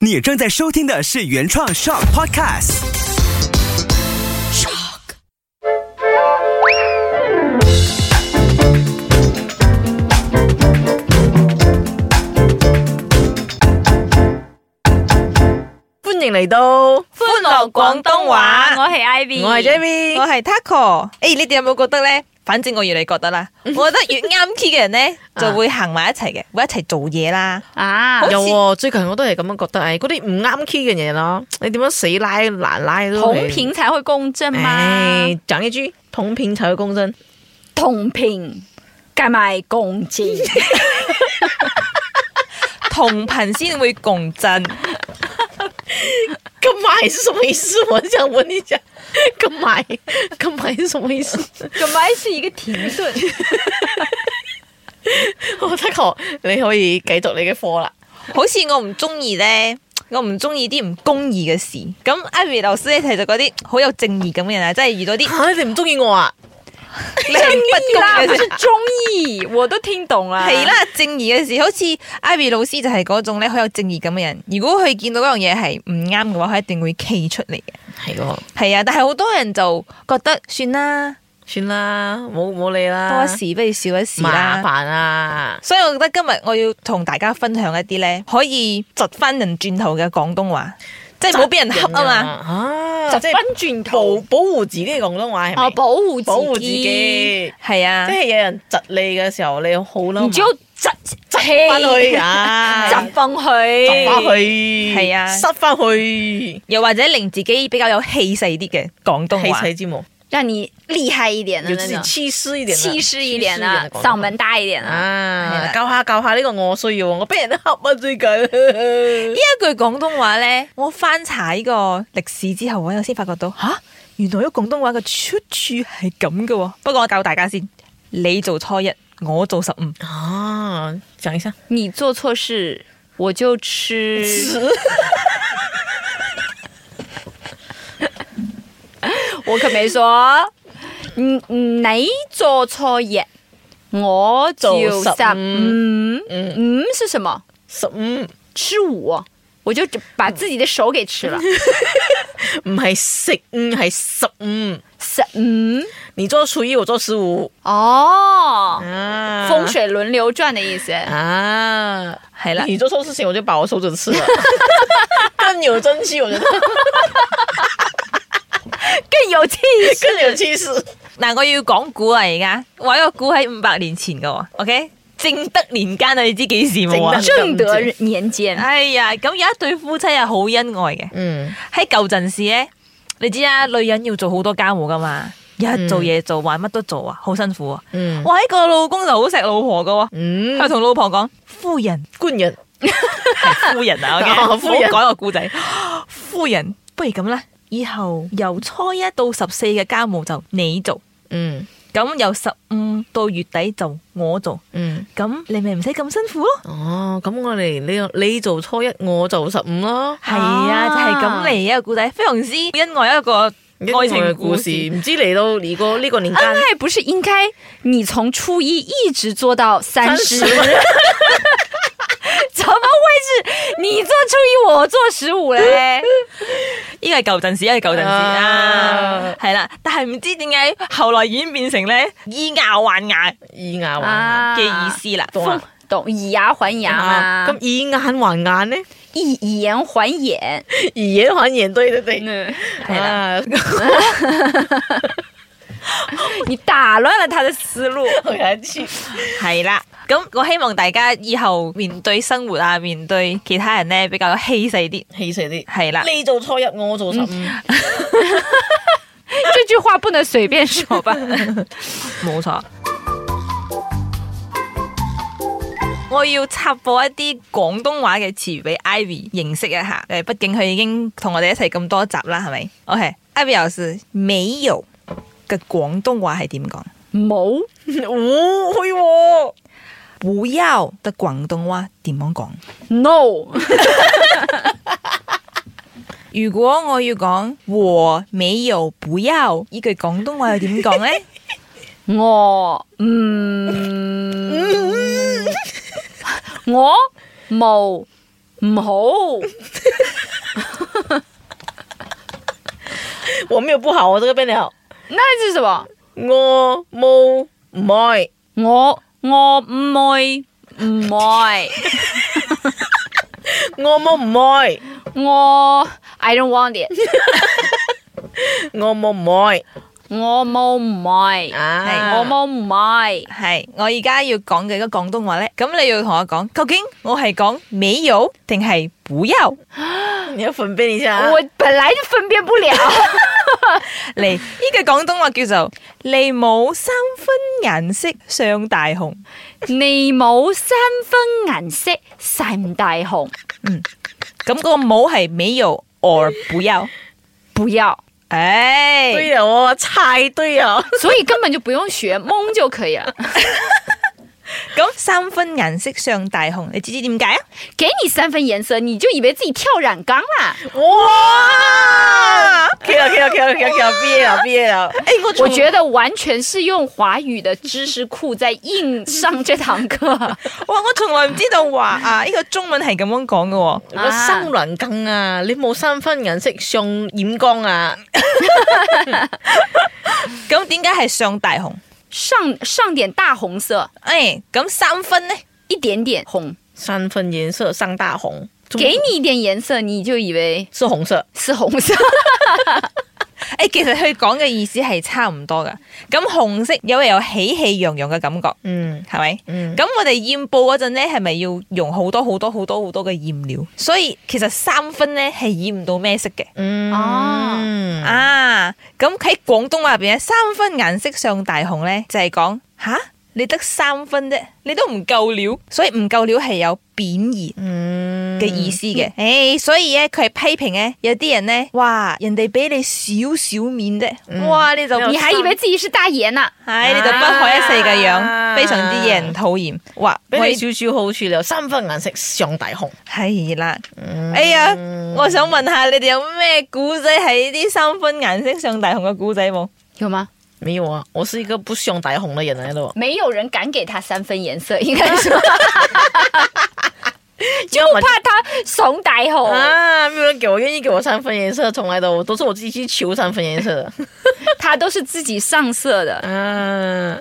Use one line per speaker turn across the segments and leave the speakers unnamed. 你正在收听的是原创 Shock Podcast。
欢迎嚟到，
欢乐广东话，我系 Ivy，
我系 Jamie，
我係 Taco。诶、你哋有冇覺得咧？反正我越嚟覺得啦，
嗯
我覺得越啱 key 嘅人 咧，就會行埋一齊嘅，會一齊做嘢啦。
啊，
有喎，最近我都係咁樣覺得，哎诶，嗰啲唔啱 key 嘅嘢咯，你點樣死拉難拉都係哎
同频才会共
啊
振嘛，
唉，講一句同频才會共振，
同频加埋共 振，
同頻先會共振，
咁埋是什麼意思？我想問一下，咁埋咁埋是什麼意思？
咁咪是一个停顿，
我得學你可以繼續你嘅課啦。
好似我唔中意咧，我唔中意啲唔公義嘅事。咁 Ivy 老師咧，其實嗰啲好有正義感嘅人啊，真係遇到啲
嚇，你唔中意我啊？
你不公
啦，
嘅
不是
事。
中意，我都听懂啦，
係，啦，正義嘅事，好似 Ivy 老師就係嗰種咧，好有正義感嘅人。如果佢見到嗰樣嘢係唔啱嘅話，佢一定會企出嚟嘅。
係喎，
係啊，但係好多人就覺得算啦，
算啦，冇冇理啦，
多一事不如少一事
啊麻
啦。
煩啊！
所以我覺得今日我要同大家分享一啲咧，可以窒翻人轉頭嘅廣東話，即係冇俾人恰啊嘛。
嘛
就
啊，即係
翻转
保
头，
保護自己嘅廣東話係咪
哦，保护
保護自，己，
係啊
即，係有人窒你嘅時候，你好嬲，
然之后窒窒
翻去
氣
啊，
窒放佢，
窒翻去，
係啊
塞翻去，
又或者令自己比較有氣勢啲嘅廣東
氣
話。
勢之母，
让你厉害一点的
要
那
自己
种，
氣勢一點啊，
气势一點啊
氣勢，一點嘅廣東話
嗓門大一點啊，
啊
啦，
教下教下呢個我需要，我俾人恰啊最近，
呢一句廣東話咧，我翻查呢個歷史之後，我有先發覺到吓、原來呢個廣東話嘅出處係咁嘅喎。不過我教大家先，你做初一，我做十五。
啊，講一下，
你做錯事我就吃， 我可沒說，嗯你做錯嘢我就
做十
三
五
嗯
嗯，
嗯是什麼？
十五唔
吃五，哦我就把自己的手給吃了。
係食五係十五，
十嗯
你做初一，我做十五，
哦，
啊
風水輪流轉的意思。
啊。
係啦，
你做错事情，我就把我手指吃 了，更有争气，我觉得
更有氣勢。
更有气势。
嗱，我要講古啊！而家我有個古喺五百年前嘅喎，OK？正德年間啊，你知幾時冇啊？
正德年間，
哎呀，咁有一對夫妻係好恩愛嘅。
嗯，
喺舊陣時咧，你知啦，女人要做好多家務噶嘛，一做嘢做，話乜都做啊，好辛苦啊。
嗯
哇！呢個老公就好錫老婆噶喎，
嗯
佢同老婆講：夫人，
官人
係夫人
哦
啊，OK，
夫人
唔好改個故仔。夫人，不如咁啦，以後由初一到十四嘅家務就你做。
嗯
咁由十五到月底就我做，
嗯，
咁你咪唔使咁辛苦咯。
哦，咁我哋你你做初一，我做十五咯。
係啊，就係咁嚟一個故仔，非常之恩愛一個愛情故事。
唔知嚟到呢個呢個年
恩
間，
愛不是應該你從初一一直做到三十？
30
怎麼會是你做初一，我做十五嘞？
呢個係舊陣時，呢個係舊陣時
啊
啊，係啦。但係唔知點解後來演變成咧以牙還牙
以
啊
牙還
嘅意思啦。
懂啊
懂以牙還牙
眼
嘛？
咁以眼還眼呢？
啊以以言還眼。
以眼還眼，對對對。
嗯
係啦，
啊，
你打亂了他的思 路。
我有次
係啦。咁我希望大家以後面對生活啊，面對其他人咧比較有氣勢啲。
氣勢 啲。
係啦，
你做初一，我做十五。
這句話不能隨便說吧？
冇錯。我要插播一啲廣東話嘅詞語俾 Ivy 認識一下，誒，畢竟佢已經同我哋一齊咁多集啦，係咪？OK，Ivy 老師，美油嘅廣東話係點講？
冇
哦，去喎。
不要嘅廣東話點樣講？
no
如果我要講和美油不要呢句廣東話又點講呢？
我 嗯我冇唔好。
我没有不好，我这个变了，
那是什么？
我冇唔爱，
我我唔愛唔愛，
我冇唔爱，
我 I don't want it，
我冇唔爱
我冇唔愛，
啊！
我冇唔愛，
系我而家要讲嘅一个广东话咧，咁你要同我讲，究竟我系讲没有定系不要？
你要分辨一下啊，
我本來就分辨不了。
嚟，呢句廣東話叫做你冇三分顏色上大紅，
你冇三分顏色晒唔大紅，
咁、嗰個冇係沒有 or 不要，
不要，
唉，
对了哦，猜对了，
所以根本就不用學，蒙就可以了。
咁三分顏色上大紅，你知唔知點解啊？
給你三分顏色，你就以為自己跳染缸 啦。
哇！哎可以了，可以了，可以了，可以了可以了，毕业了，毕业了。
诶、我
我覺得完全是用華語的知識庫在硬上這堂課。
哇，我從來唔知道話啊，呢、個中文係咁樣講嘅喎。
如果
啊
三輪更啊，你冇三分顏色上染缸啊，
咁點解係上大紅？
上上點大紅色，
诶、咁三分呢？
一點點紅。
三分顏色上大紅，中
给你一点颜色，你就以为
是紅色。
是红色。
诶、其實佢講嘅意思係差唔多噶。咁紅色有有喜氣洋洋嘅感覺，
嗯
係咪？
嗯，
咁我哋驗報嗰陣咧，係咪要用好多好多好多好多嘅驗料？所以其實三分咧係驗唔到咩色嘅。
嗯
哦
啊，咁喺廣東話入邊咧，三分顏色上大紅咧，就係講吓，你得三分啫，你都唔夠料，所以唔夠料係有貶義
嗯
嘅意思嘅。诶、所以咧佢係批評咧，有啲人咧，哇，人哋俾你少少面啫，
嗯
哇，你就
你还以为自己是大爷呢？
唉，你就不可一世嘅樣，
啊
非常之惹人討厭。哇，
俾
我
你
已
少少好處了，三分顏色上大紅。
系啦，
嗯
哎呀，我想问下你哋有咩古仔系呢啲三分颜色上大红嘅古仔冇？
有吗？
沒有啊，我是一個不上大紅的人嚟的，
没有人敢给他三分颜色，应该 说
因為
不
我
怕他怂大红。
啊，没有人给我愿意给我三分颜色，从来的我都是我自己去求三分颜色 的。
他都是自己上色的。
啊，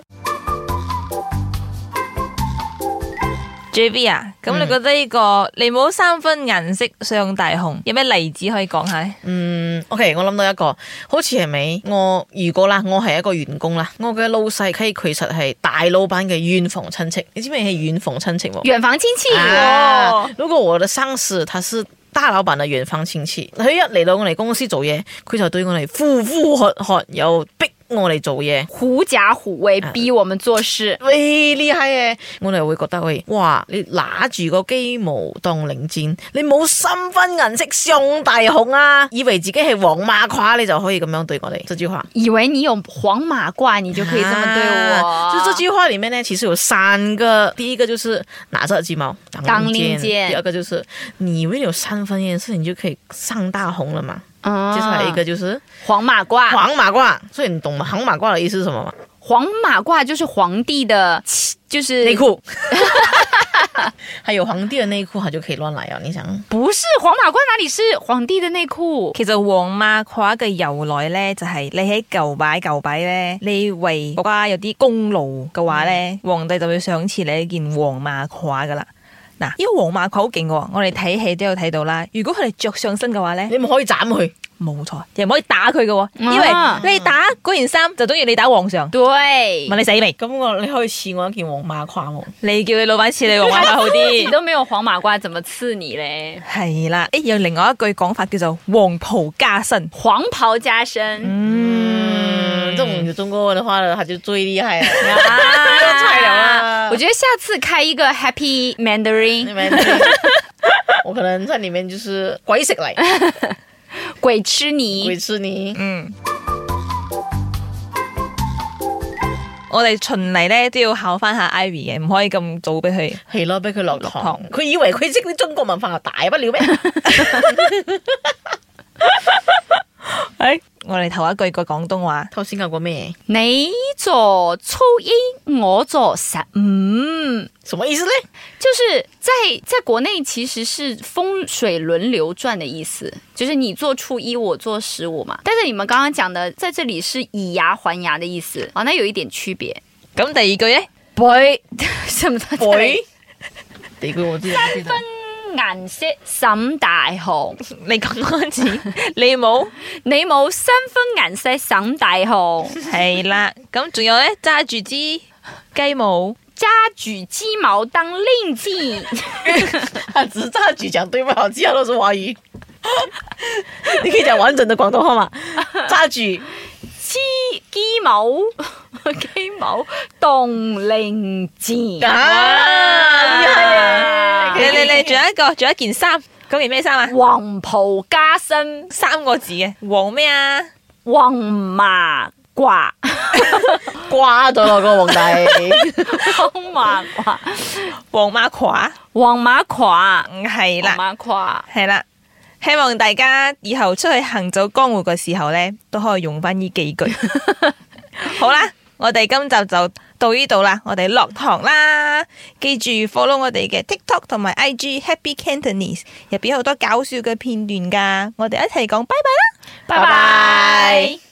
J B 啊，咁
嗯
你覺得呢、個你冇三分顏色上大紅，有咩例子可以講下咧？
嗯，OK，我諗到一個，好似係咪？我如果啦，我係一個員工啦，我嘅老細佢其實係大老闆嘅遠房親戚，你知唔知係遠房親戚喎？
远房亲戚，
哦
哦
啊，如果我嘅上司他是大老闆嘅遠房親戚，佢一嚟到我哋公司做嘢，佢就對我哋呼呼喝喝，又逼我哋做嘢。
狐假虎威，
啊
逼我们做事。
喂，呢閪嘅，我哋會覺得喂，哇！你拿住個機毛當領箭，你冇三分銀色上大紅啊！以為自己係黃馬褂，你就可以咁樣對我哋。這句話
以为你有黄马褂，你就可以这么对
啊就
我。
這句話裡面呢，其實有三個，第一個就是拿着雞毛
當
當
令
令
箭
箭，第二個就是你以為有三分顏色，你就可以上大紅了嘛。
啊
接下來一個就是
黄马褂，
黃馬褂，所以你懂嗎？黃馬褂的意思是什麼 嗎？
黄马褂就是皇帝的，就是
內褲。 还有皇帝的內褲，他就可以亂來啊！你想？
不是黄马褂，哪里是皇帝的内裤？
其實黃馬褂嘅由來咧，就係、你喺舊擺舊擺咧，你為國家有啲功勞嘅話咧，皇帝就會賞賜你一件黃馬褂噶啦。嗱，呢個黃馬褂好勁嘅喎，我哋睇戲都有睇到啦。如果佢哋着上身嘅話咧，
你唔可以斬佢。
冇錯，又唔可以打佢嘅喎，因
啊
為你打嗰件衫就等於你打皇上。
对
問，你死未？
咁我你可以賜我一件黃馬褂冇？
你叫你老闆似你皇馬褂好
你
啲。
都没有黄马褂，怎么刺你嘞？
係啦，誒有另外一句講法叫做黃袍加身。
黄袍加身，
嗯，這種有中國文化的，他就最厲害了。
太
太了嗯啊
我觉得下次开一个 Happy
你
Mandarin
們 我可能在裡面就是鬼食嚟，
鬼吃
鬼
你，
吃你。
嗯，我哋循例咧都要考翻下 Ivy 嘅，唔可以咁早俾佢。
係咯，俾佢落堂
堂。
佢以為佢識啲中國文 化，大不了咩？
哎诶、我我哋頭一句個廣東話。
頭先教過咩？
你做初一，我做十五。
什麼意思咧？
就是在在国内其实是风水轮流转的意思，就是你做初一，我做十五嘛。但是你们刚刚讲的在这里是以牙还牙的意思啊，那有一点区别。
咁第二句咧，
背 什么在这里？
第二句我知道，我知道。
颜色沈大雄，
你講多次， 你冇
你冇三分颜色沈大雄，
係啦。咁仲有咧，揸住支雞毛，
揸住鸡毛当令箭。
他只是炸举讲对不好，其他都是华语。 你可以讲完整的广东话吗？炸举
黐雞毛，雞毛動令箭。
啊，厉害
嚟
耶！
嚟嚟，仲有一個，仲有一件衫，嗰件咩衫啊？
黃袍加身，
三個字嘅，黃咩啊？
黃麻褂，
瓜咗咯，個皇帝。
黃麻褂，
黃馬褂，
黃馬褂，
嗯係啦
黃。馬褂。
系啦，希望大家以後出去行走江湖嘅時候呢，都可以用翻呢幾句。好啦，我哋今集就到呢度啦，我哋落堂啦。記住 follow 我哋嘅 TikTok 同埋 IG Happy Cantonese，入邊好多搞笑嘅片段噶。我哋一齊講拜拜啦，
拜拜。